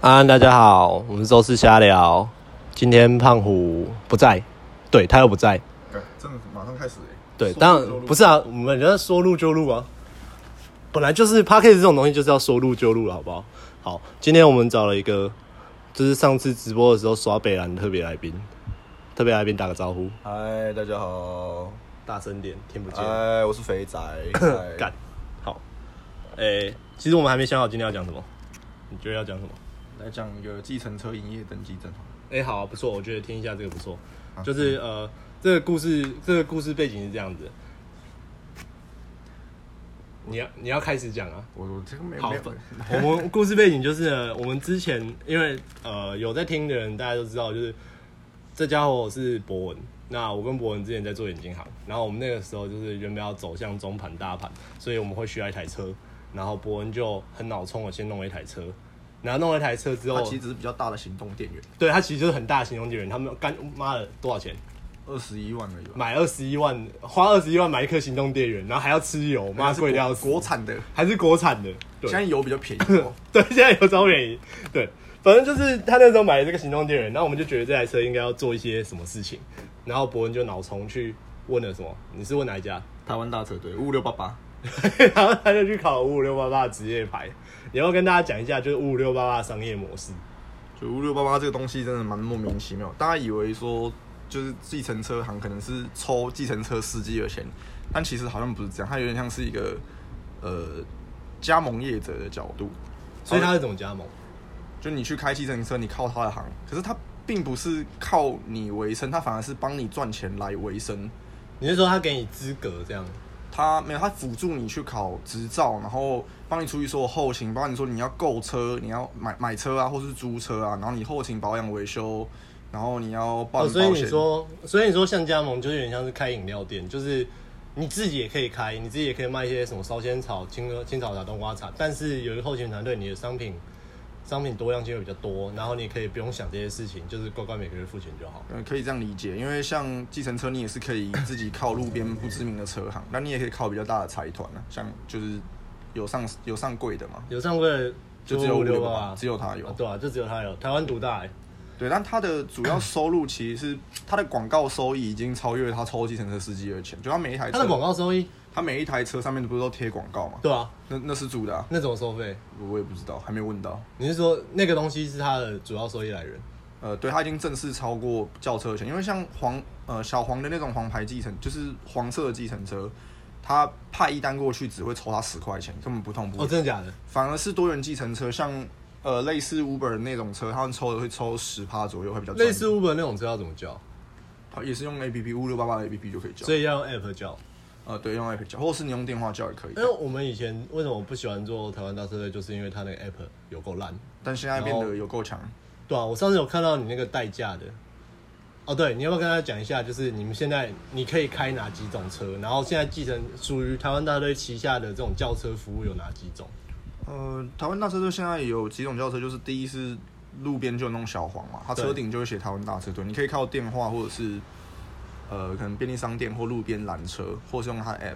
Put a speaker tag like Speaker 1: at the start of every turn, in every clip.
Speaker 1: 安，大家好，我们周四瞎聊。今天胖虎不在，对他又不在，
Speaker 2: 干哎真的马上开始哎、
Speaker 1: 对，
Speaker 2: 说
Speaker 1: 当
Speaker 2: 录就录
Speaker 1: 然不是啊，我们人家说录就录啊，本来就是 p a c k a g e 这种东西就是要说录就录了，好不好？好，今天我们找了一个，就是上次直播的时候耍北兰的特别来宾，特别来宾打个招呼，
Speaker 2: 嗨，大家好，
Speaker 1: 大声点，听不见，
Speaker 2: 哎，我是肥仔，
Speaker 1: 干
Speaker 2: 干，
Speaker 1: 好，诶、其实我们还没想好今天要讲什么，你觉得要讲什么？
Speaker 2: 来讲一个计程车营业登记证好了，
Speaker 1: 哎、好、啊，不错，我觉得听一下这个不错。
Speaker 2: 啊
Speaker 1: 就是呃，这个故事，这个故事背景是这样子。你要你要开始讲啊。
Speaker 2: 我我这个没有
Speaker 1: 好
Speaker 2: 没有，
Speaker 1: 我们故事背景就是呢，我们之前因为呃有在听的人，大家都知道，就是这家伙是博文。那我跟博文之前在做眼镜行，然后我们那个时候就是原本要走向中盘大盘，所以我们会需要一台车。然后博文就很脑冲，我先弄了一台车。然后弄了一台车之后
Speaker 2: 它，其实只是比较大的行动电源，
Speaker 1: 对他其实就是很大的行动电源，他们干妈的多少钱？
Speaker 2: 二十一万而已吧，
Speaker 1: 买二十一万，花二十一万买一颗行动电源，然后还要吃油，妈
Speaker 2: 是
Speaker 1: 贵的要死。
Speaker 2: 国产的，
Speaker 1: 还是国产的，对
Speaker 2: 现在油比较便宜 哦，
Speaker 1: 对，现在有超便宜。对，反正就是他那时候买了这个行动电源，然后我们就觉得这台车应该要做一些什么事情，然后伯恩就脑冲去问了什么？你是问哪一家？
Speaker 2: 台湾大车队五六八八，
Speaker 1: 然后他就去考五五六八八的职业牌。你要跟大家讲一下，就是五五六八八的商业模式。
Speaker 2: 就五六八八这个东西真的蛮莫名其妙，大家以为说就是计程车行可能是抽计程车司机的钱，但其实好像不是这样，它有点像是一个呃加盟业者的角度，
Speaker 1: 所以他是怎么加盟？
Speaker 2: 就你去开计程车，你靠他的行，可是他并不是靠你为生，他反而是帮你赚钱来为生。
Speaker 1: 你是说他给你资格这样？
Speaker 2: 他没有，他辅助你去考执照，然后帮你处理所有后勤，帮你说你要购车，你要买买车啊，或是租车啊，然后你后勤保养维修，然后你要报、
Speaker 1: 哦，所以你说，所以你说像加盟就是有点像是开饮料店，就是你自己也可以开，你自己也可以卖一些什么烧仙草、青青草茶、冬瓜茶，但是有一个后勤团队，你的商品商品多样性会比较多，然后你也可以不用想这些事情，就是乖乖每个月付钱就好。
Speaker 2: 嗯，可以这样理解，因为像计程车，你也是可以自己靠路边不知名的车行，那你也可以靠比较大的财团啊，像就是有上有上柜的嘛，
Speaker 1: 有上过的
Speaker 2: 就只有
Speaker 1: 五
Speaker 2: 五六
Speaker 1: 八
Speaker 2: 八，只有他有
Speaker 1: 啊。对啊，就只有他有，台湾独大、欸。
Speaker 2: 对，但他的主要收入其实是他的广告收益已经超越他抽计程车司机的钱，就他每一台车，
Speaker 1: 他的广告收益，
Speaker 2: 他每一台车上面不是都贴广告吗？
Speaker 1: 对啊，
Speaker 2: 那那是主的、啊，
Speaker 1: 那怎么收费？
Speaker 2: 我我也不知道，还没问到。
Speaker 1: 你是说那个东西是他的主要收益来源？哦
Speaker 2: 呃，对他已经正式超过轿车钱，因为像黄呃小黄的那种黄牌计程，就是黄色的计程车，他派一单过去只会抽他十块钱，根本不痛不
Speaker 1: 哦，
Speaker 2: 痒。
Speaker 1: 真的假的？
Speaker 2: 反而是多元计程车，像呃类似 Uber 那种车，他们抽的会抽十趴左右，会比较赚
Speaker 1: 类似 Uber 那种车要怎么叫？
Speaker 2: 也是用 A P P 五六八八的 A P P 就可以叫。
Speaker 1: 所以要用 App 叫。
Speaker 2: 呃，对，用 app 叫，或是你用电话叫也可以
Speaker 1: 因。为我们以前为什么不喜欢做台湾大车队，就是因为它那个 app 有够烂。
Speaker 2: 但现在变
Speaker 1: 然后
Speaker 2: 得有够强，
Speaker 1: 对啊，我上次有看到你那个代驾的。哦，对，你要不要跟大家讲一下，就是你们现在你可以开哪几种车？然后现在继承属于台湾大队旗下的这种轿车服务有哪几种？
Speaker 2: 呃，台湾大车队现在有几种轿车，就是第一是路边就有那种小黄嘛，它
Speaker 1: 对
Speaker 2: 车顶就会写台湾大车队，你可以靠电话或者是呃可能便利商店或路边拦车，或是用它的 app。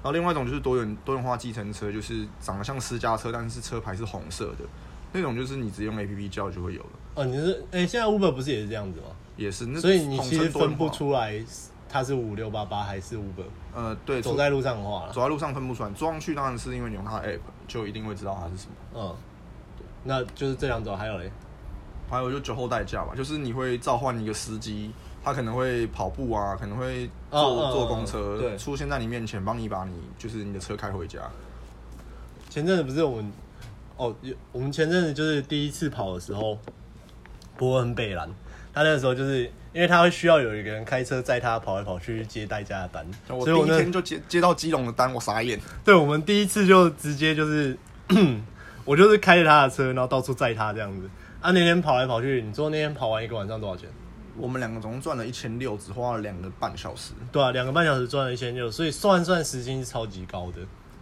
Speaker 2: 然后另外一种就是多元多元化计程车，就是长得像私家车，但是车牌是红色的那种，就是你直接用 app 叫就会有了，
Speaker 1: 哦，你是哎，现在 Uber 不是也是这样子吗？
Speaker 2: 也是。那
Speaker 1: 所以你其实
Speaker 2: 统称多元
Speaker 1: 分
Speaker 2: 化
Speaker 1: 不。出来它是五六八八还是 Uber，
Speaker 2: 呃，对，
Speaker 1: 走在路上的话啦
Speaker 2: 走在路上分不出来，装上去当然是因为你用它的 app 就一定会知道它是什么。
Speaker 1: 嗯，那就是这两种，还有嘞，
Speaker 2: 还有就酒后代驾吧，就是你会召唤一个司机，他可能会跑步啊，可能会坐、
Speaker 1: 哦哦
Speaker 2: 坐公
Speaker 1: 哦
Speaker 2: 车，
Speaker 1: 对
Speaker 2: 出现在你面前，帮你把你就是你的车开回家。
Speaker 1: 前阵子不是我们哦，有我们前阵子就是第一次跑的时候，伯恩贝兰，他那个时候就是因为他会需要有一个人开车载他跑来跑去接代驾的单，
Speaker 2: 哦我
Speaker 1: 所
Speaker 2: 第
Speaker 1: 以我
Speaker 2: 一
Speaker 1: 那
Speaker 2: 天就接接到基隆的单，我傻眼。
Speaker 1: 对我们第一次就直接就是， 我就是开着他的车，然后到处载他这样子。啊，那天跑来跑去，你说那天跑完一个晚上多少钱？
Speaker 2: 我们两个总共赚了一千六，只花了两个半小时。
Speaker 1: 对啊，两个半小时赚了一千六，所以算算时薪是超级高的，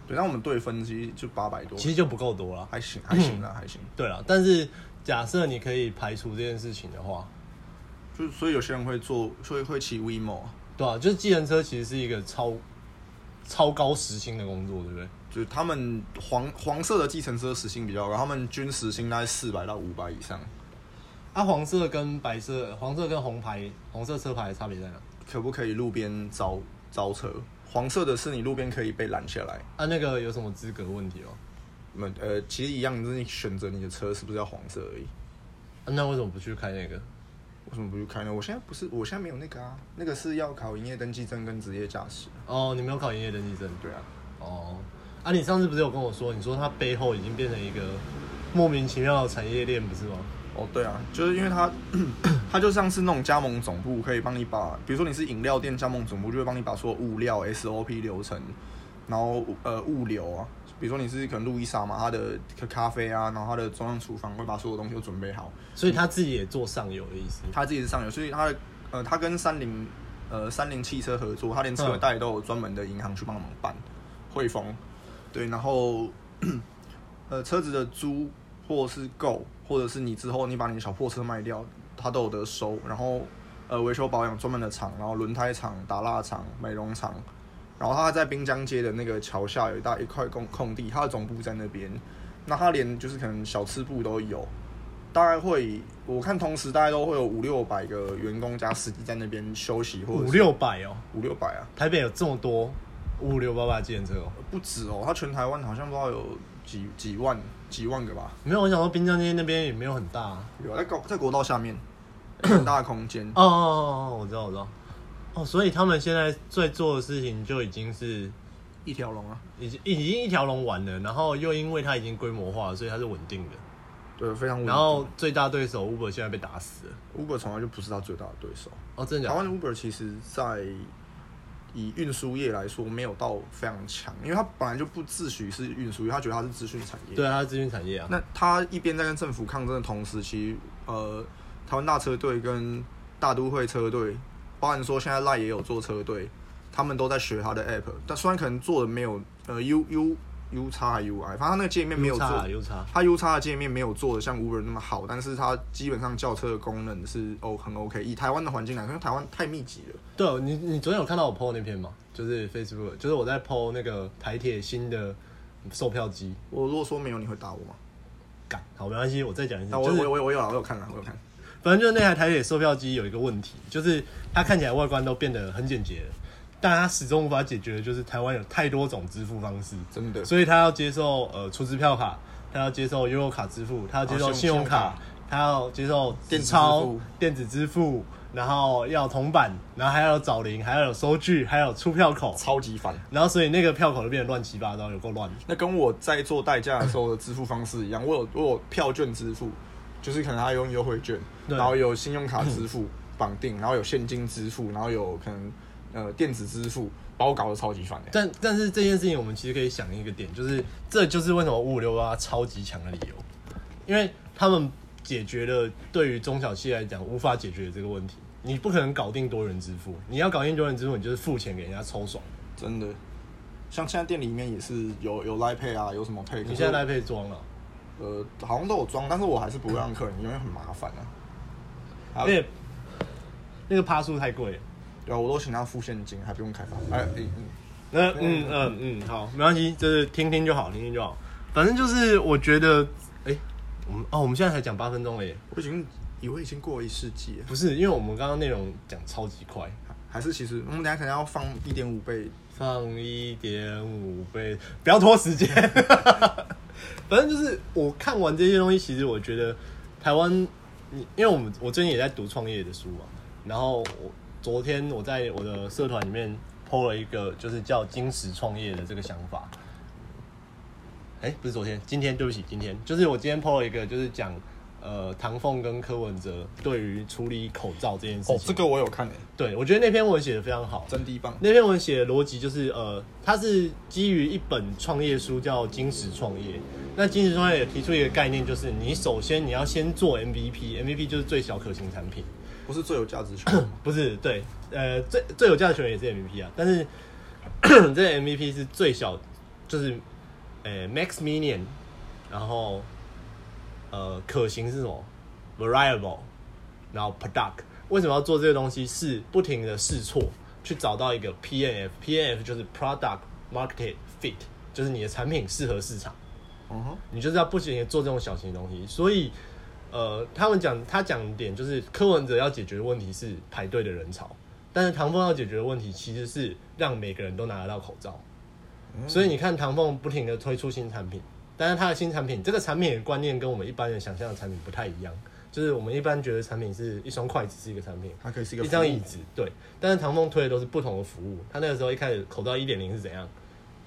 Speaker 2: 对，但我们对分其实就八百多，
Speaker 1: 其实就不够多了。
Speaker 2: 还行，还 行啦，还行。
Speaker 1: 对了，但是假设你可以排除这件事情的话，
Speaker 2: 就是所以有些人会坐，所以会骑 WeMo，
Speaker 1: 啊对啊，就是计程车其实是一个超超高时薪的工作，对不对？
Speaker 2: 就就他们黄黄色的计程车时薪比较高，他们均时薪大概四百到五百以上，
Speaker 1: 啊，黄色跟白色，黄色跟红牌，红色车牌的差别在哪？
Speaker 2: 可不可以路边招招车？黄色的是你路边可以被拦下来，
Speaker 1: 啊，那个有什么资格问题哦？
Speaker 2: 那呃，其实一样，就是你选择你的车是不是要黄色而已。
Speaker 1: 啊那为什么不去开那个？
Speaker 2: 为什么不去开呢？我现在不是，我现在没有那个啊，那个是要考营业登记证跟职业驾驶。
Speaker 1: 哦，你没有考营业登记证。
Speaker 2: 对啊，
Speaker 1: 哦，啊，你上次不是有跟我说，你说它背后已经变成一个莫名其妙的产业链，不是吗？
Speaker 2: 哦，对啊，就是因为 它，它就像是那种加盟总部，可以帮你把，比如说你是饮料店加盟总部，就会帮你把所有物料 SOP 流程，然后呃物流啊，比如说你是可能路易莎嘛，它的咖啡啊，然后它的中央厨房会把所有东西都准备好，
Speaker 1: 所以他自己也做上游的意思。
Speaker 2: 他自己是上游，所以他的呃，他跟三菱呃三菱汽车合作，他连车
Speaker 1: 嗯
Speaker 2: 贷都有专门的银行去帮忙办，汇丰对，然后 呃车子的租或是购，或者是你之后你把你的小破车卖掉，他都有得收，然后呃维修保养专门的厂，然后轮胎厂、打蜡厂、美容厂。然后他在滨江街的那个桥下有一大一块空空地，他的总部在那边。那他连就是可能小吃部都有，大概会，我看同时大概都会有五六百个员工加司机在那边休息，或者是
Speaker 1: 五六百哦，
Speaker 2: 五六百啊，
Speaker 1: 台北有这么多五六八八计程车哦。
Speaker 2: 不止哦，他全台湾好像不知道有几几万几万个吧，
Speaker 1: 没有，我想说滨江街那边也没有很大、啊。
Speaker 2: 有啊在国在国 道下面很大的空间，
Speaker 1: 哦哦哦哦，我知道，我知道。哦，所以他们现在在做的事情就已经是
Speaker 2: 一条龙啊，
Speaker 1: 已经已经一条龙完了，然后又因为它已经规模化了，所以它是稳定的。
Speaker 2: 对，非常稳
Speaker 1: 然
Speaker 2: 定。
Speaker 1: 后最大对手 Uber 现在被打死了。
Speaker 2: Uber 从来就不是他最大的对手，
Speaker 1: 哦，真的
Speaker 2: 台
Speaker 1: 假的？
Speaker 2: 湾的 Uber 其实在以运输业来说没有到非常强，因为他本来就不自诩是运输业，他觉得他是资讯产业，
Speaker 1: 对啊，它是资讯产业啊。
Speaker 2: 那他一边在跟政府抗争的同时，其实呃，台湾大车队跟大都会车队，包含说现在赖也有做车队，他们都在学他的 app，但虽然可能做的没有呃 U U U 叉还 U I，反正他那个界面没有
Speaker 1: U
Speaker 2: 做
Speaker 1: 叉啊 U 叉，
Speaker 2: 它 U 叉的界面没有做的像 Uber 那么好，但是它基本上轿车的功能是哦很 OK。以台湾的环境来看，因为台湾太密集了，
Speaker 1: 对哦你你昨天有看到我 PO 那篇吗？就是 Facebook，就是我在 PO 那个台铁新的售票机。
Speaker 2: 我如果说没有，你会打我吗？
Speaker 1: 干，好，没关系，我再讲一次。
Speaker 2: 那我、
Speaker 1: 就是
Speaker 2: 我我我有了，我有看了，我有看。
Speaker 1: 反正就是那台台铁售票机有一个问题，就是它看起来外观都变得很简洁了，但它始终无法解决的就是台湾有太多种支付方式，
Speaker 2: 真的
Speaker 1: 所以它要接受呃出支票卡，它要接受悠游卡支付，它要接受
Speaker 2: 哦
Speaker 1: 信
Speaker 2: 信
Speaker 1: 用
Speaker 2: 用
Speaker 1: 卡
Speaker 2: 信，
Speaker 1: 它要接受纸
Speaker 2: 电子支
Speaker 1: 钞
Speaker 2: 付、
Speaker 1: 电子支付，然后要铜板，然后还要有找零，还要有收据，还要有出票口，
Speaker 2: 超级烦。
Speaker 1: 然后所以那个票口就变得乱七八糟，有够乱。
Speaker 2: 那跟我在做代驾的时候的支付方式一样，我有我有票券支付，就是可能他用优惠券，
Speaker 1: 对
Speaker 2: 然后有信用卡支付绑定，然后有现金支付，然后有可能呃电子支付，把我搞得超级烦欸的、
Speaker 1: 但但是这件事情，我们其实可以想一个点，就是这就是为什么五五六八超级强的理由，因为他们解决了对于中小企业来讲无法解决的这个问题。你不可能搞定多元支付，你要搞定多元支付，你就是付钱给人家抽爽。
Speaker 2: 真的。像现在店里面也是有有 Line Pay 啊，有什么 Pay，
Speaker 1: 你现在来配装啊了，
Speaker 2: 呃好像都有装，但是我还是不会让客人用，因为很麻烦啊。啊
Speaker 1: 而且那个趴数太贵了。
Speaker 2: 对啊，我都请他付现金，还不用开发。哎、嗯嗯
Speaker 1: 那嗯嗯嗯，好，没关系，就是听听就好，听听就好。反正就是我觉得，哎、我们哦，我们现在才讲八分钟了耶，
Speaker 2: 我已经以为已经过了一世纪了。
Speaker 1: 不是，因为我们刚刚内容讲超级快，
Speaker 2: 还是其实我们等一下可能要放一点五倍
Speaker 1: 放一点五倍，不要拖时间。 反正就是我看完这些东西，其实我觉得台湾，你因为我们我最近也在读创业的书嘛，然后我昨天我在我的社团里面 PO 了一个，就是叫“金石创业”的这个想法。哎、不是昨天，今天对不起，今天就是我今天 PO 了一个，就是讲呃唐凤跟柯文哲对于处理口罩这件事情。
Speaker 2: 哦，这个我有看诶、
Speaker 1: 对我觉得那篇文写的非常好，
Speaker 2: 真低棒。
Speaker 1: 那篇文写的逻辑就是，呃，它是基于一本创业书叫《金石创业》。那《金石创业》也提出一个概念，就是你首先你要先做 MVP，MVP 就是最小可行产品，
Speaker 2: 不是最有价值球员吗
Speaker 1: 不是对，呃，最最有价值球员也是 MVP 啊，但是 这 MVP 是最小，就是呃 max minion，然后呃可行是什么 variable，然后 product，为什么要做这个东西？是不停的试错，去找到一个 PNF，PNF 就是 product market fit，就是你的产品适合市场，
Speaker 2: 嗯哼，
Speaker 1: 你就是要不停的做这种小型的东西。所以，呃，他们讲他讲的点就是柯文哲要解决的问题是排队的人潮，但是唐凤要解决的问题其实是让每个人都拿得到口罩。
Speaker 2: 嗯
Speaker 1: 所以你看唐凤不停的推出新产品，但是它的新产品这个产品的观念跟我们一般人想象的产品不太一样，就是我们一般觉得产品是一双筷子是一个产品，
Speaker 2: 它可以是一个
Speaker 1: 一张
Speaker 2: 服务
Speaker 1: 椅子，对。但是唐凤推的都是不同的服务。他那个时候一开始口罩一点零是怎样？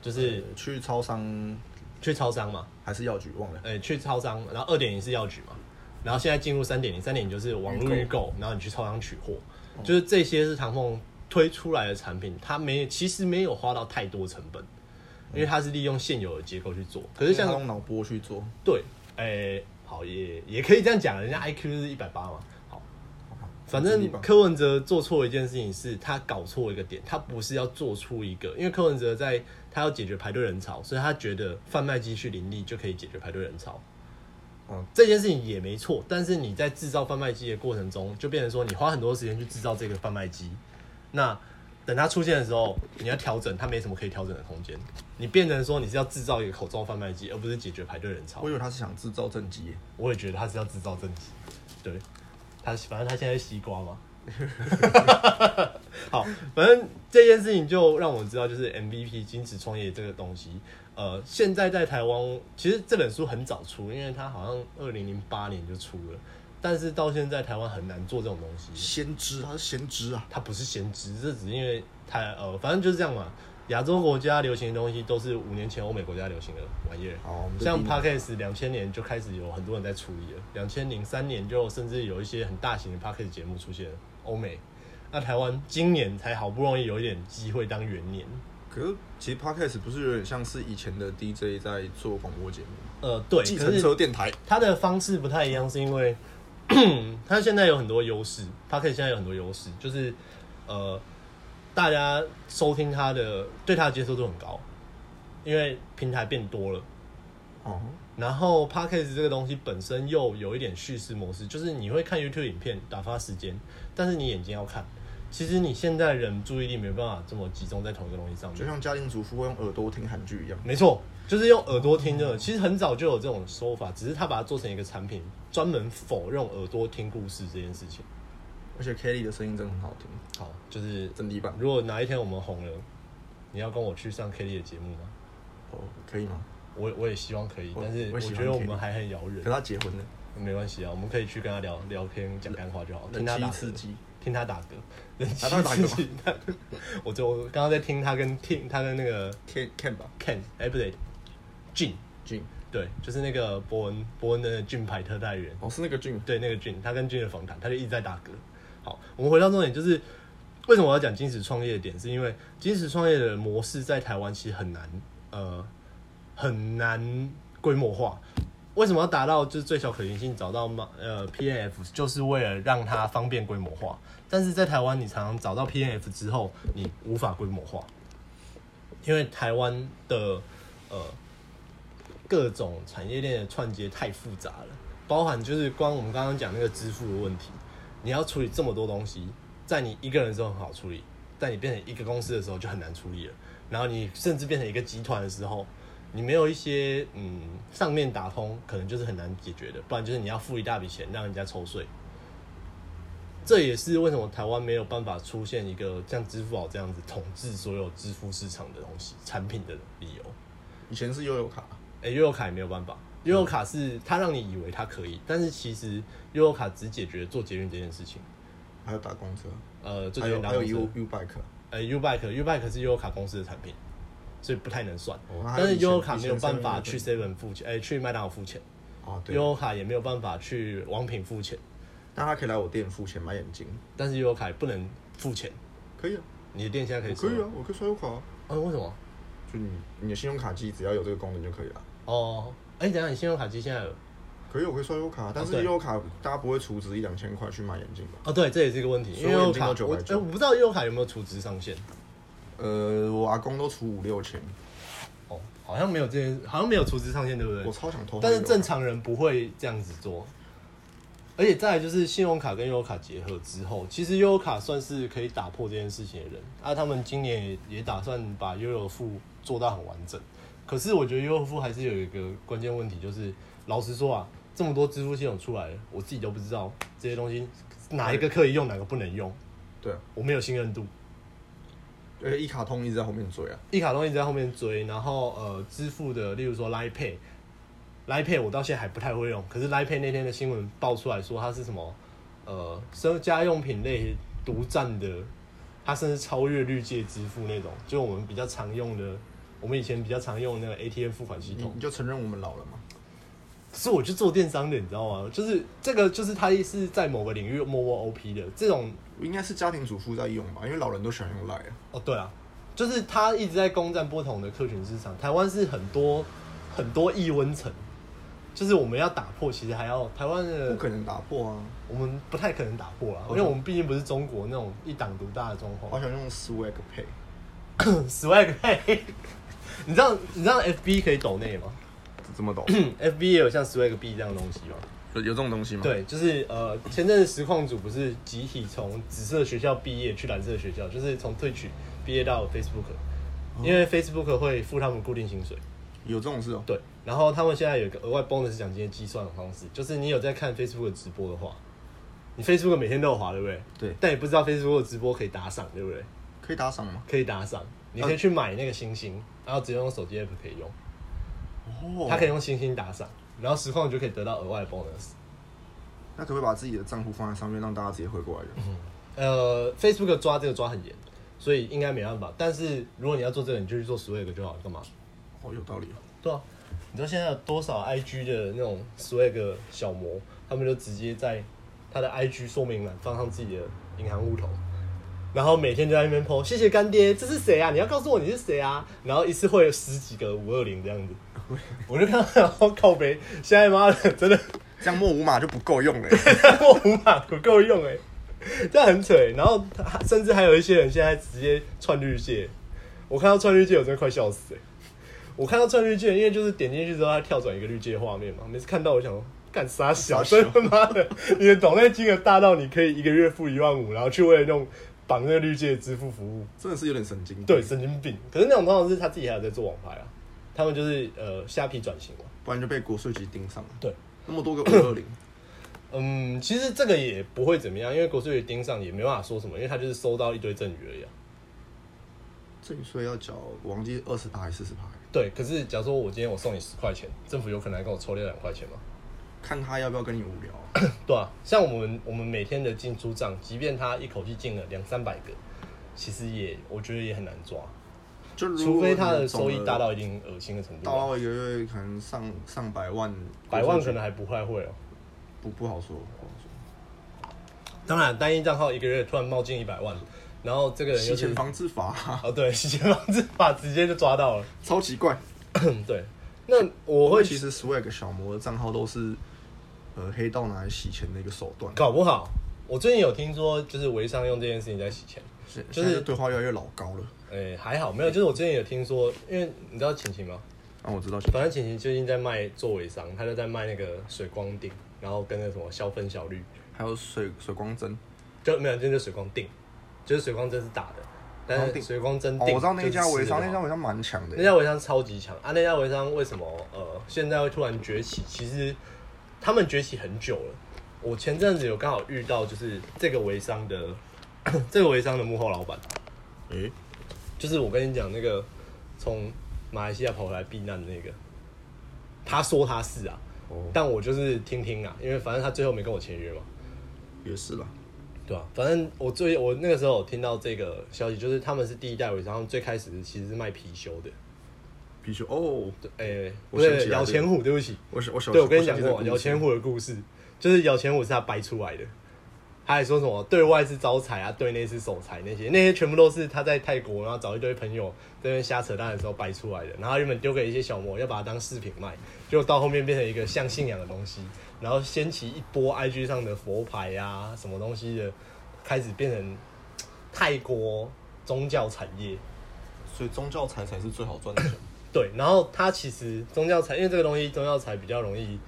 Speaker 1: 就是
Speaker 2: 去超商
Speaker 1: 去超商嘛，
Speaker 2: 还是药局忘了，
Speaker 1: 呃，去超商，然后二点零是药局嘛，然后现在进入三点零，三点零就是网络预购，然后你去超商取货，
Speaker 2: 哦
Speaker 1: 就是这些是唐凤推出来的产品，它没其实没有花到太多成本，因为它是利用现有的结构去做。可是
Speaker 2: 因为它
Speaker 1: 像
Speaker 2: 用脑波去做，
Speaker 1: 对，哎、好也也可以这样讲，人家 IQ 是一百八嘛。好，反
Speaker 2: 这是一
Speaker 1: 正
Speaker 2: 百
Speaker 1: 柯文哲做错一件事情是，他搞错一个点，他不是要做出一个，因为柯文哲在他要解决排队人潮，所以他觉得贩卖机去林立就可以解决排队人潮。
Speaker 2: 嗯
Speaker 1: 这件事情也没错，但是你在制造贩卖机的过程中，就变成说你花很多时间去制造这个贩卖机，那等它出现的时候，你要调整，它没什么可以调整的空间。你变成说你是要制造一个口罩贩卖机，而不是解决排队人潮。
Speaker 2: 我以为他是想制造政绩耶，
Speaker 1: 我也觉得他是要制造政绩，对，他反正他现在是西瓜嘛。 好，反正这件事情就让我知道，就是 MVP 金持创业这个东西，呃，现在在台湾，其实这本书很早出，因为它好像二零零八年就出了，但是到现在台湾很难做这种东西。
Speaker 2: 先知，他是先知啊，
Speaker 1: 它不是先知，这只是因为台呃，反正就是这样嘛。亚洲国家流行的东西都是五年前欧美国家流行的玩意儿。
Speaker 2: 哦好，我们就
Speaker 1: 像
Speaker 2: 逼你
Speaker 1: podcast 两千年就开始有很多人在处理了，两千零三年就甚至有一些很大型的 podcast 节目出现了，欧美。那台湾今年才好不容易有一点机会当元年，
Speaker 2: 可是其实 podcast 不是有点像是以前的 DJ 在做广播节目吗，
Speaker 1: 呃，对，
Speaker 2: 计
Speaker 1: 可
Speaker 2: 程
Speaker 1: 是
Speaker 2: 车电台，
Speaker 1: 它的方式不太一样，是因为 它现在有很多优势，podcast 现在有很多优势，就是呃，大家收听它的对它的接受度很高，因为平台变多了。
Speaker 2: 哦，
Speaker 1: 然后 podcast 这个东西本身又有一点叙事模式，就是你会看 YouTube 影片打发时间，但是你眼睛要看。其实你现在人注意力没办法这么集中在同一个东西上
Speaker 2: 就
Speaker 1: 面。
Speaker 2: 像家庭主妇会用耳朵听韩剧一样，
Speaker 1: 没错，就是用耳朵听的。其实很早就有这种说法，只是他把它做成一个产品，专门否认耳朵听故事这件事情。
Speaker 2: 而且 Kelly 的声音真的很好听，
Speaker 1: 好，就是
Speaker 2: 真地棒，
Speaker 1: 如果哪一天我们红了，你要跟我去上 Kelly 的节目吗？
Speaker 2: 哦，可以吗？
Speaker 1: 我我也希望可以，
Speaker 2: 我
Speaker 1: 但是
Speaker 2: 我
Speaker 1: 我
Speaker 2: 喜
Speaker 1: 觉
Speaker 2: 欢
Speaker 1: 得我
Speaker 2: Kelly
Speaker 1: 们还很遥
Speaker 2: 可
Speaker 1: 远
Speaker 2: 是。他结婚了，
Speaker 1: 没关系啊，我们可以去跟他聊聊天，讲干话就好，听
Speaker 2: 人
Speaker 1: 他打
Speaker 2: 妻
Speaker 1: 嗝
Speaker 2: 刺激，
Speaker 1: 听他 打嗝，人
Speaker 2: 啊他会打嗝吗
Speaker 1: 气自己打嗝我就我刚刚在听他跟听他跟那个
Speaker 2: Ken Ken 吧
Speaker 1: Ken，哎、不对，Jin，
Speaker 2: ，Jun，
Speaker 1: 对，就是那个伯恩伯恩的俊牌特派员，
Speaker 2: 哦是那个 Jun，
Speaker 1: 对，那个 Jin，他跟 Jin 的访谈，他就一直在打嗝。好，我们回到重点，就是为什么我要讲金石创业的点，是因为金石创业的模式在台湾其实很难，呃，很难规模化。为什么要达到就是最小可行性，找到嘛呃 P N F，就是为了让它方便规模化。但是在台湾，你常常找到 P N F 之后，你无法规模化，因为台湾的呃各种产业链的串接太复杂了，包含就是光我们刚刚讲那个支付的问题，你要处理这么多东西，在你一个人的时候很好处理，在你变成一个公司的时候就很难处理了。然后你甚至变成一个集团的时候，你没有一些嗯上面打通，可能就是很难解决的。不然就是你要付一大笔钱让人家抽税，这也是为什么台湾没有办法出现一个像支付宝这样子统治所有支付市场的东西产品的理由。
Speaker 2: 以前是悠悠卡，
Speaker 1: 诶，哎悠游卡也没有办法，悠游卡是它让你以为它可以，但是其实悠游卡只解决做捷运这件事情。
Speaker 2: 还有打工车，
Speaker 1: 呃，做
Speaker 2: 还
Speaker 1: 捷运
Speaker 2: 有
Speaker 1: 当
Speaker 2: 还有
Speaker 1: 公
Speaker 2: U
Speaker 1: 司，
Speaker 2: U Bike，
Speaker 1: 呃，U Bike U Bike 是悠游卡公司的产品，所以不太能算。
Speaker 2: 哦那还有
Speaker 1: 但是
Speaker 2: 以前
Speaker 1: 悠游卡没有
Speaker 2: 以前
Speaker 1: 办法
Speaker 2: 7-Eleven
Speaker 1: 去 Seven 付钱，哎、去麦当劳付钱。
Speaker 2: 哦
Speaker 1: 悠
Speaker 2: 对，
Speaker 1: 游卡也没有办法去王品付钱，
Speaker 2: 但他可以来我店付钱买眼镜，
Speaker 1: 但是悠游卡也不能付钱。
Speaker 2: 可以啊，
Speaker 1: 你的店现在可以
Speaker 2: 我
Speaker 1: 收
Speaker 2: 可
Speaker 1: 吗
Speaker 2: 以啊，，我可以刷悠卡啊，
Speaker 1: 嗯、为什么？
Speaker 2: 就你你的信用卡机只要有这个功能就可以了。
Speaker 1: 哦，哎、等一下你信用卡机现在有？
Speaker 2: 可以，我可以刷优卡，啊但
Speaker 1: 啊
Speaker 2: 是
Speaker 1: 对
Speaker 2: 优卡大家不会储值一两千块去买眼镜吧？
Speaker 1: 哦，对，这也是一个问题，因
Speaker 2: 所
Speaker 1: 为
Speaker 2: 有
Speaker 1: 悠游
Speaker 2: 眼镜
Speaker 1: 卡，
Speaker 2: 都
Speaker 1: 我
Speaker 2: 990
Speaker 1: 哎我不知道悠游卡有没有储值上限。
Speaker 2: 呃，我阿公都储五六千，
Speaker 1: 哦，好像没有这件，好像没有储值上限，对不对
Speaker 2: 我？超想偷。
Speaker 1: 但是正，常人不会这样子做。而且再来就是信用卡跟悠游卡结合之后，其实悠游卡算是可以打破这件事情的人。啊，他们今年也也打算把悠游付做到很完整。可是我觉得优乐付还是有一个关键问题，就是老实说啊，这么多支付系统出来了，我自己都不知道这些东西哪一个可以用，哪个不能用，
Speaker 2: 对啊，
Speaker 1: 我没有信任度。
Speaker 2: 而呃且一卡通一直在后面追啊，
Speaker 1: 一卡通一直在后面追，然后呃，支付的，例如说 Line Pay，Line Pay 我到现在还不太会用，可是 Line Pay 那天的新闻爆出来说它是什么呃生家用品类独占的，它甚至超越绿界支付那种，就我们比较常用的，我们以前比较常用的那个 ATM 付款系
Speaker 2: 你
Speaker 1: 统
Speaker 2: 你。就承认我们老了嘛？
Speaker 1: 可是我就做电商的，你知道吗？就是这个，就是它是在某个领域默默 OP 的这种
Speaker 2: 应该是家庭主妇在用吧，因为老人都喜欢用 Line 啊。
Speaker 1: 哦，对啊，就是他一直在攻占不同的客群市场。台湾是很多很多异温层，就是我们要打破，其实还要台湾
Speaker 2: 不
Speaker 1: 的，
Speaker 2: 可能打破啊！
Speaker 1: 我们不太可能打破啊，因
Speaker 2: 好
Speaker 1: 为
Speaker 2: 像
Speaker 1: 我们毕竟不是中国那种一党独大的状
Speaker 2: 我
Speaker 1: 况。
Speaker 2: 想用 Swag Pay，
Speaker 1: swag，Pay 你知道你知道 FB 可以抖内吗
Speaker 2: 这怎么懂？
Speaker 1: 嗯？FB 也有像 swag B 这样的东西吗？
Speaker 2: 有有这种东西吗？，
Speaker 1: 对，就是呃，前阵子实况组不是集体从紫色学校毕业去蓝色学校，就是从退取毕业到 Facebook，因为 Facebook 会付他们固定薪水。
Speaker 2: 有这种事哦、
Speaker 1: 对，然后他们现在有一个额外 bonus 奖金的计算的方式，就是你有在看 Facebook 的直播的话，你 Facebook 每天都有滑，对不对？
Speaker 2: 对
Speaker 1: 但也不知道 Facebook 的直播可以打赏，对不对？
Speaker 2: 可以打赏吗？
Speaker 1: 可以打赏，你可以
Speaker 2: 嗯
Speaker 1: 去买那个星星，然后直接用手机 app 可以用，
Speaker 2: 哦
Speaker 1: 它可以用星星打赏，然后实况就可以得到额外的 bonus。
Speaker 2: 那可不可以把自己的账户放在上面，让大家直接回过来
Speaker 1: 嗯
Speaker 2: 用？
Speaker 1: 呃，Facebook 抓这个抓很严，所以应该没办法。但是如果你要做这个，你就去做 Swag 就好，干嘛？
Speaker 2: 哦，有道理哦。
Speaker 1: 对啊，你知道现在有多少 IG 的那种 swag 小模，他们就直接在他的 IG 说明栏放上自己的银行户头，然后每天就在那边 po，谢谢干爹，这是谁啊？你要告诉我你是谁啊？然后一次会有十几个五二零这样子，我就看到然后靠背，现在妈的真的
Speaker 2: 这样摸五码就不够用了。
Speaker 1: 我五码不够用哎、这样很扯欸、然后他甚至还有一些人现在直接串绿界，我看到串绿界我真的快笑死哎、我看到串绿界，因为就是点进去之后，它跳转一个绿界画面嘛，每次看到我想说干啥小，
Speaker 2: 傻
Speaker 1: 真
Speaker 2: 小
Speaker 1: 他妈的，你的抖内金额大到你可以一个月付一万五，然后去为了弄绑那个绿界的支付服务，
Speaker 2: 真的是有点神经。
Speaker 1: 对，，神经病。可是那种通常是他自己还有在做网拍啊，他们就是呃虾皮转型嘛，
Speaker 2: 不然就被国税局盯上了。
Speaker 1: 对，
Speaker 2: 那么多个五 二零，
Speaker 1: 嗯，其实这个也不会怎么样，因为国税局盯上也没办法说什么，因为他就是收到一堆赠与而已啊。
Speaker 2: 赠与税要缴，我忘记二十趴还是四十趴，
Speaker 1: 对，可是假如说我今天我送你十块钱，政府有可能还跟我抽掉两块钱吗？
Speaker 2: 看他要不要跟你无聊啊、
Speaker 1: 对啊，像我们我们每天的进出账，即便他一口气进了两三百个，其实也我觉得也很难抓，
Speaker 2: 就如果
Speaker 1: 除非他的收益
Speaker 2: 你总额
Speaker 1: 大到一定恶心的程度
Speaker 2: 大
Speaker 1: 啊，
Speaker 2: 到一个月可能上上百万，
Speaker 1: 百万
Speaker 2: 国
Speaker 1: 可
Speaker 2: 税局
Speaker 1: 能还不太会哦。
Speaker 2: 不不好说，不好说。
Speaker 1: 当然，单一账号一个月突然冒进一百万，然后这个人又
Speaker 2: 洗
Speaker 1: 是
Speaker 2: 钱防治法、
Speaker 1: 哦对，洗钱防治法直接就抓到了。 嗯
Speaker 2: 超奇怪。
Speaker 1: 对，那我
Speaker 2: 不过
Speaker 1: 会
Speaker 2: 其实 Swag 小魔的账号都是呃黑道拿来洗钱的一个手段，
Speaker 1: 搞不好，我最近有听说就是微商用这件事情在洗钱。
Speaker 2: 现
Speaker 1: 就是
Speaker 2: 现在对话越来越老高了。
Speaker 1: 诶、还好
Speaker 2: 嗯
Speaker 1: 没有，就是我之前有听说，因为你知道晴晴吗？
Speaker 2: 啊，我知道，
Speaker 1: 反正晴晴最近在卖做微商，她就在卖那个水光锭，然后跟那什么消粉小绿，
Speaker 2: 还有水水光针，
Speaker 1: 就没有，就是水光锭，就是水光针是打的，但
Speaker 2: 光
Speaker 1: 是
Speaker 2: 锭
Speaker 1: 水光针
Speaker 2: 哦，
Speaker 1: 锭、
Speaker 2: 我知道那一家微商，那
Speaker 1: 那
Speaker 2: 一家微商蛮强的
Speaker 1: 那
Speaker 2: 耶，
Speaker 1: 家微商超级强啊！那家微商为什么呃现在会突然崛起？其实他们崛起很久了。我前阵子有刚好遇到，就是这个微商的 这个微商的幕后老板，
Speaker 2: 诶、
Speaker 1: 就是我跟你讲那个从马来西亚跑回来避难的那个，他说他是啊，
Speaker 2: 哦，
Speaker 1: 但我就是听听啊，因为反正他最后没跟我签约嘛，
Speaker 2: 也是啦，
Speaker 1: 对吧、反正我最我那个时候有听到这个消息，就是他们是第一代微商，他们最开始其实是卖貔貅的，
Speaker 2: 必须哦，
Speaker 1: 对，诶、
Speaker 2: 我
Speaker 1: 不
Speaker 2: 想
Speaker 1: 是
Speaker 2: 起来
Speaker 1: 摇
Speaker 2: 了
Speaker 1: 钱虎，对不起，
Speaker 2: 我小我小
Speaker 1: 对我跟你讲
Speaker 2: 小
Speaker 1: 过，
Speaker 2: 记得
Speaker 1: 摇钱虎的故事，就是摇钱虎是他掰出来的。他还说什么对外是招财啊，对内是守财那些，那些全部都是他在泰国，然后找一堆朋友这边瞎扯淡的时候掰出来的。然后他原本丢给一些小模，要把它当饰品卖，结果到后面变成一个像信仰的东西，然后掀起一波 IG 上的佛牌啊，什么东西的，开始变成泰国宗教产业。
Speaker 2: 所以宗教财才是最好赚的钱。
Speaker 1: 对，然后它其实宗教财，因为这个东西宗教财比较容易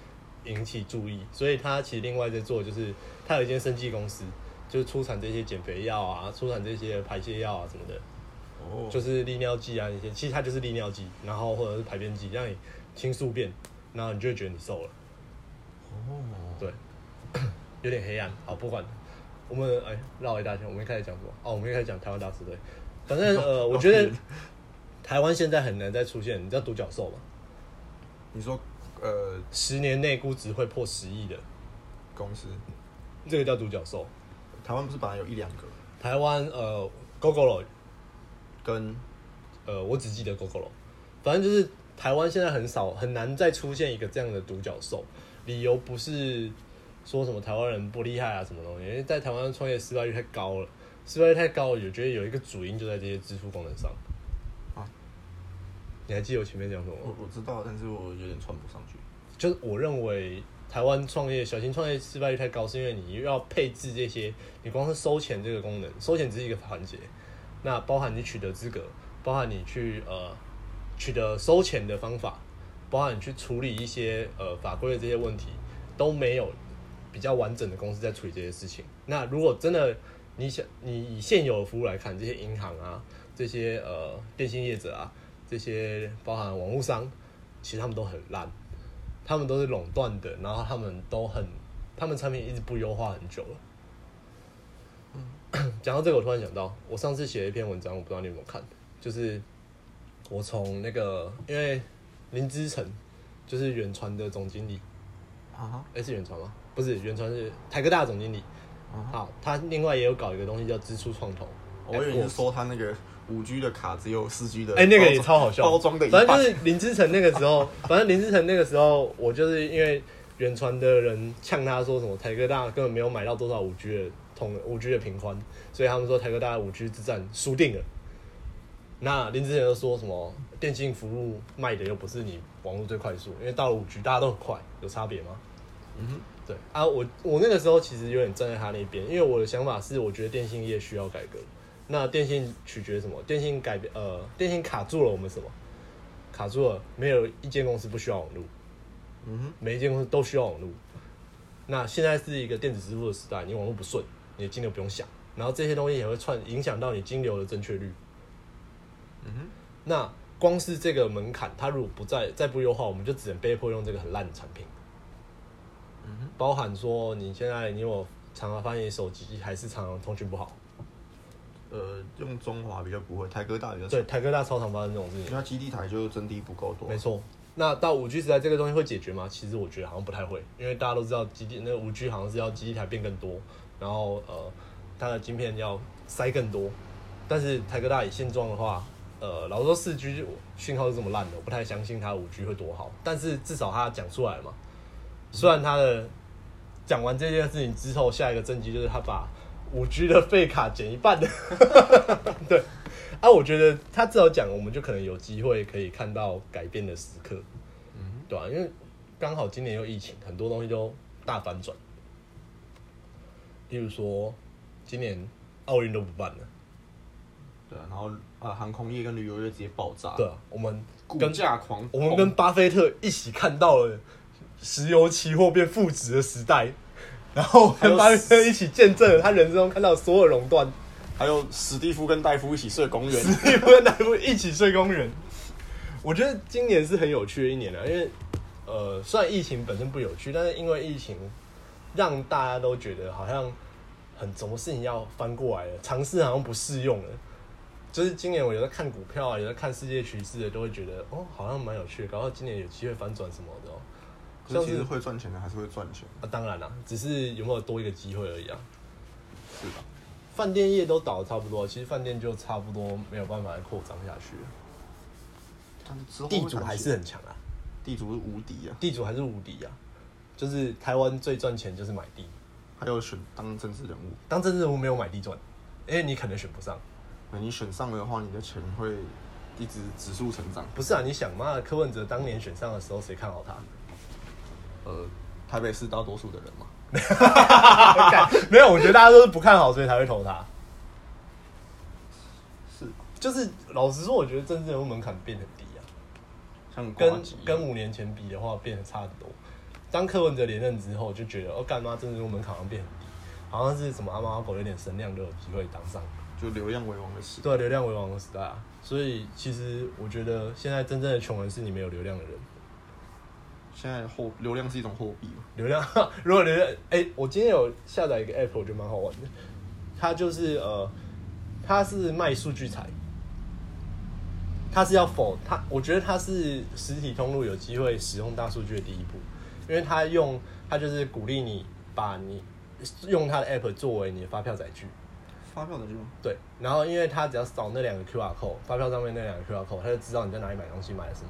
Speaker 1: 引起注意，所以它其实另外在做就是，它有一间生技公司，就是出产这些减肥药啊，出产这些排泄药啊什么的。
Speaker 2: 哦，
Speaker 1: 就是利尿剂啊那些，其实它就是利尿剂，然后或者是排便剂，让你清宿便，然后你就会觉得你瘦了。
Speaker 2: 哦，
Speaker 1: 对， 有点黑暗。好，不管，我们哎绕一大圈，我们一开始讲什么？哦，我们一开始讲台湾大师队。反正呃，我觉得台湾现在很难再出现，你知道独角兽吗？
Speaker 2: 你说呃
Speaker 1: 十年内估值会破十亿的，
Speaker 2: 公司，
Speaker 1: 这个叫独角兽。
Speaker 2: 台湾不是本来有一两个
Speaker 1: 台湾呃，GoGoRo，
Speaker 2: 跟
Speaker 1: 呃，我只记得 GoGoRo，反正就是台湾现在很少很难再出现一个这样的独角兽，理由不是说什么台湾人不厉害啊什么东西，因为在台湾创业失败率太高了，失败率太高了，我觉得有一个主因就在这些支付功能上。
Speaker 2: 啊，
Speaker 1: 你还记得我前面讲什么吗？
Speaker 2: 我我知道，但是我有点穿不上去。
Speaker 1: 就是我认为台湾创业小型创业失败率太高，是因为你又要配置这些，你光是收钱这个功能，收钱只是一个环节，那包含你取得资格，包含你去呃取得收钱的方法，包含你去处理一些呃法规的这些问题，都没有比较完整的公司在处理这些事情。那如果真的你想你以现有的服务来看，这些银行啊，这些呃电信业者啊，这些包含网络商，其实他们都很烂。他们都是垄断的，然后他们都很，他们产品一直不优化很久了。
Speaker 2: 嗯
Speaker 1: 讲到这个，我突然想到，我上次写了一篇文章，我不知道你有没有看，就是我从那个，因为林之成就是远传的总经理，
Speaker 2: 啊
Speaker 1: 哎、是远传吗？不是，远传是台科大总经理。好，他另外也有搞一个东西叫支出创投。
Speaker 2: 啊哦哎我以为你是说他那个五 G 的卡只有四 G 的包
Speaker 1: 哎、
Speaker 2: 装，
Speaker 1: 那个也超好笑，
Speaker 2: 包装的一
Speaker 1: 反
Speaker 2: 半，
Speaker 1: 正就是林志成那个时候，反正林志成那个时候，我就是因为远传的人呛他说什么台科大根本没有买到多少五 G 的同五 G 的频宽，所以他们说台科大五 G 之战输定了。那林志成又说什么电信服务卖的又不是你网络最快速，因为到了五 G 大家都很快，有差别吗？
Speaker 2: 嗯哼，
Speaker 1: 对啊，我我那个时候其实有点站在他那边，因为我的想法是，我觉得电信业需要改革。那电信取决什么？电信改变呃，电信卡住了我们什么？卡住了，没有一间公司不需要网络，
Speaker 2: 嗯哼，
Speaker 1: 每一间公司都需要网络。那现在是一个电子支付的时代，你网络不顺，你的金流不用想，然后这些东西也会串影响到你金流的正确率。
Speaker 2: 嗯哼，
Speaker 1: 那光是这个门槛，它如果不再再不优化，我们就只能被迫用这个很烂的产品。
Speaker 2: 嗯哼，
Speaker 1: 包含说你现在你有常常发现你手机还是常常通讯不好，
Speaker 2: 呃，用中华比较不会，台哥大比较少
Speaker 1: 对，，台科大超常发生这种事
Speaker 2: 因为
Speaker 1: 情，
Speaker 2: 它基地台就真的不够多
Speaker 1: 没，错。那到五 G 时代，这个东西会解决吗？其实我觉得好像不太会，因为大家都知道基地那五 G 好像是要基地台变更多，然后呃，它的晶片要塞更多。但是台科大以现状的话，呃，老实说四 G 讯号是这么烂的，我不太相信它五 G 会多好。但是至少它讲出来嘛，虽然他的讲完这件事情之后，下一个政绩就是他把五 G 的废卡减一半的，对。啊，我觉得他至少讲，我们就可能有机会可以看到改变的时刻，
Speaker 2: 嗯
Speaker 1: 对吧、啊因为刚好今年又疫情，很多东西都大反转。例如说，今年奥运都不办了，
Speaker 2: 对啊，然后呃，航空业跟旅游业直接爆炸，
Speaker 1: 对，啊，我们
Speaker 2: 股
Speaker 1: 跟
Speaker 2: 价狂，
Speaker 1: 我们跟巴菲特一起看到了石油期货变负值的时代，然后跟巴菲特一起见证了他人生中看到所有垄断，
Speaker 2: 还有史蒂夫跟戴夫一起睡公园，
Speaker 1: 史蒂夫跟戴夫一起睡公园。我觉得今年是很有趣的一年了，因为呃，虽然疫情本身不有趣，但是因为疫情让大家都觉得好像很什么事情要翻过来了，尝试好像不适用了。就是今年我有在看股票啊，有在看世界趋势的，都会觉得哦，好像蛮有趣的，搞到今年有机会翻转什么的哦。
Speaker 2: 可是其实会赚钱的还是会赚钱，
Speaker 1: 啊，当然啦，只是有没有多一个机会而已啊。
Speaker 2: 是吧？
Speaker 1: 饭店业都倒的差不多，其实饭店就差不多没有办法再扩张下去了。
Speaker 2: 但是之后会
Speaker 1: 地主还是很强啊，
Speaker 2: 地主是无敌啊，
Speaker 1: 地主还是无敌啊，就是台湾最赚钱就是买地，
Speaker 2: 还有选当政治人物，
Speaker 1: 当政治人物没有买地赚，因为你可能选不上。
Speaker 2: 那你选上的话，你的钱会一直指数成长。
Speaker 1: 不是啊，你想嘛，柯文哲当年选上的时候，谁看好他？
Speaker 2: 呃，台北市大多数的人嘛，
Speaker 1: 干没有，我觉得大家都是不看好，所以才会投他。
Speaker 2: 是吧
Speaker 1: 就是老实说，我觉得政治人物门槛变很低啊。
Speaker 2: 像瓜
Speaker 1: 跟
Speaker 2: 吉一样
Speaker 1: 跟五年前比的话，变得差很多。当柯文哲连任之后，就觉得哦，干妈政治入门槛好像变很低，好像是什么阿猫阿狗有点声量都有机会当上。
Speaker 2: 就流量为王的时代。
Speaker 1: 对啊，流量为王的时代啊，所以其实我觉得现在真正的穷人是你没有流量的人。
Speaker 2: 现在货流量是一种货币嘛，
Speaker 1: 流量， 如果流量，哎、我今天有下载一个 app，我觉得蛮好玩的。它就是呃，它是卖数据财，它是要否它，我觉得它是实体通路有机会使用大数据的第一步，因为它用它就是鼓励你把你用它的 app 作为你的发票载具。
Speaker 2: 发票的这种
Speaker 1: 对，然后因为他只要扫那两个 QR code，发票上面那两个 QR code，他就知道你在哪里买东西，买了什么。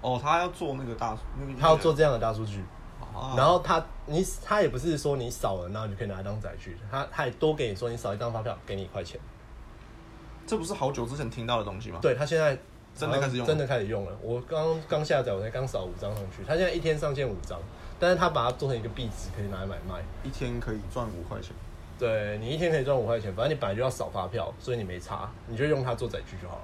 Speaker 2: 哦，他要做那个大那个，
Speaker 1: 他要做这样的大数据，
Speaker 2: 啊，
Speaker 1: 然后他你他也不是说你扫了，然后你就可以拿来当载具，他他也多给你说你扫一张发票给你一块钱。
Speaker 2: 这不是好久之前听到的东西吗？
Speaker 1: 对他现在
Speaker 2: 啊真的开始用了
Speaker 1: 真的开始用了。我刚刚下载，我才刚扫五张上去，他现在一天上线五张，但是他把它做成一个币值，可以拿来买卖。
Speaker 2: 一天可以赚五块钱。
Speaker 1: 对你一天可以赚五块钱，反正你本来就要扫发票，所以你没差，你就用它做载具就好了。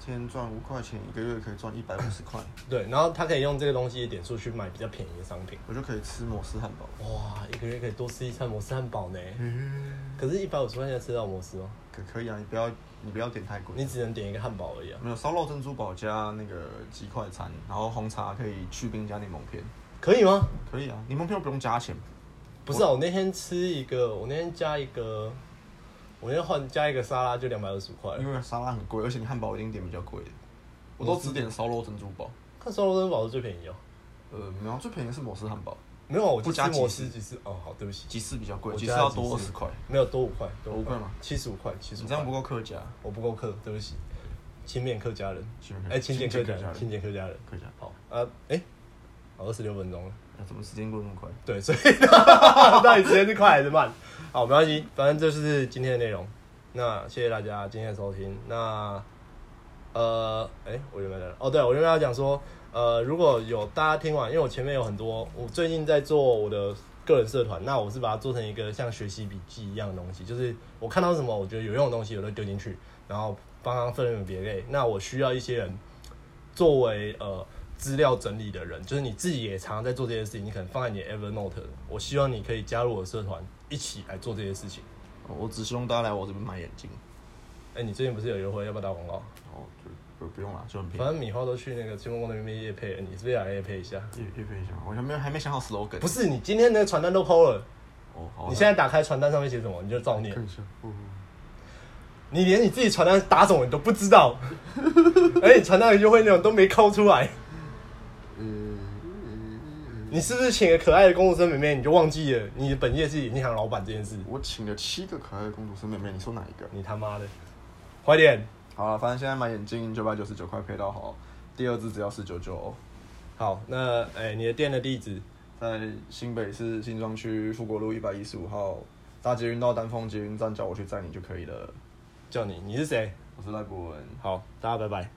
Speaker 2: 今天赚五块钱，一个月可以赚一百五十块，
Speaker 1: 对，然后他可以用这个东西的点数去买比较便宜的商品。
Speaker 2: 我就可以吃摩斯汉堡了。
Speaker 1: 哇，一个月可以多吃一餐摩斯汉堡呢。
Speaker 2: 嗯
Speaker 1: 可是，一百五十块钱吃到摩斯吗？
Speaker 2: 可可以啊，你不要你不要点太贵。
Speaker 1: 你只能点一个汉堡而已啊。
Speaker 2: 没有烧肉珍珠堡加那个鸡快餐，然后红茶可以去冰加柠檬片，
Speaker 1: 可以吗？
Speaker 2: 可以啊，柠檬片又不用加钱。
Speaker 1: 不是啊，我那天吃一个，我那天加一个，我那天换加一个沙拉就两百二十块了。
Speaker 2: 因为沙拉很贵，而且你汉堡一定点比较贵的。我都只点烧肉珍珠堡，
Speaker 1: 看烧肉珍堡是最便宜哦。
Speaker 2: 呃，没有最便宜是摩斯汉堡，
Speaker 1: 没有啊，我就
Speaker 2: 不加
Speaker 1: 吃摩
Speaker 2: 吉
Speaker 1: 斯
Speaker 2: 士
Speaker 1: 几次。哦，好，对不起，
Speaker 2: 吉士比较贵，
Speaker 1: 我
Speaker 2: 吉
Speaker 1: 加
Speaker 2: 士要多
Speaker 1: 吉
Speaker 2: 二
Speaker 1: 士
Speaker 2: 十块，
Speaker 1: 没有多五块，多
Speaker 2: 五块吗？
Speaker 1: 七十五块，七十
Speaker 2: 你
Speaker 1: 五。
Speaker 2: 这样不，够客家，
Speaker 1: 我不够客，对不起，勤勉客家人，
Speaker 2: 勤勉客
Speaker 1: 哎，勤俭客家
Speaker 2: 勤俭客家
Speaker 1: 人，
Speaker 2: 人
Speaker 1: 勤俭客家人。
Speaker 2: 客家，
Speaker 1: 好，呃，哎，好，二十六分钟了。
Speaker 2: 啊怎么时间过那么快？
Speaker 1: 对，所以到底时间是快还是慢？好，没关系，反正这就是今天的内容。那谢谢大家今天的收听。那呃，哎、我原本在哪哦，对我原本要讲说，呃，如果有大家听完，因为我前面有很多，我最近在做我的个人社团，那我是把它做成一个像学习笔记一样的东西，就是我看到什么我觉得有用的东西，我都丢进去，然后帮它分门别类。那我需要一些人作为呃资料整理的人，就是你自己也常常在做这些事情，你可能放在你的 Evernote，我希望你可以加入我的社团，一起来做这些事情。
Speaker 2: 哦我只希望大家来我这边买眼镜，
Speaker 1: 哎、你最近不是有优惠，要不要打广告？
Speaker 2: 哦，就不不用了，就很便
Speaker 1: 反
Speaker 2: 宜。
Speaker 1: 正米花都去那个清风宫那边夜配了，你是不是也来夜配一下？
Speaker 2: 也也便宜一下，我还没有还没想好 slogan。
Speaker 1: 不，是，你今天的传单都 PO 了，
Speaker 2: 哦，好啊，
Speaker 1: 你现在打开传单上面写什么，你就照念
Speaker 2: 看。一下，哦，
Speaker 1: 你连你自己传单打什么你都不知 道，而且传单的优惠内容都没抠出来。
Speaker 2: 嗯，
Speaker 1: 你是不是请个可爱的公主生妹妹，你就忘记了你的本业是银行老板这件事？
Speaker 2: 我请了七个可爱的公主生妹妹，你说哪一个？
Speaker 1: 你他妈的，快点！
Speaker 2: 好了，反正现在买眼镜九百九十九块配到好，第二支只要四九九哦。
Speaker 1: 好，那哎、你的店的地址，
Speaker 2: 在新北市新庄区富国路一百一十五号搭捷运到丹凤捷运站，叫我去载你就可以了。
Speaker 1: 叫你，你是谁？
Speaker 2: 我是赖博文。
Speaker 1: 好，大家拜拜。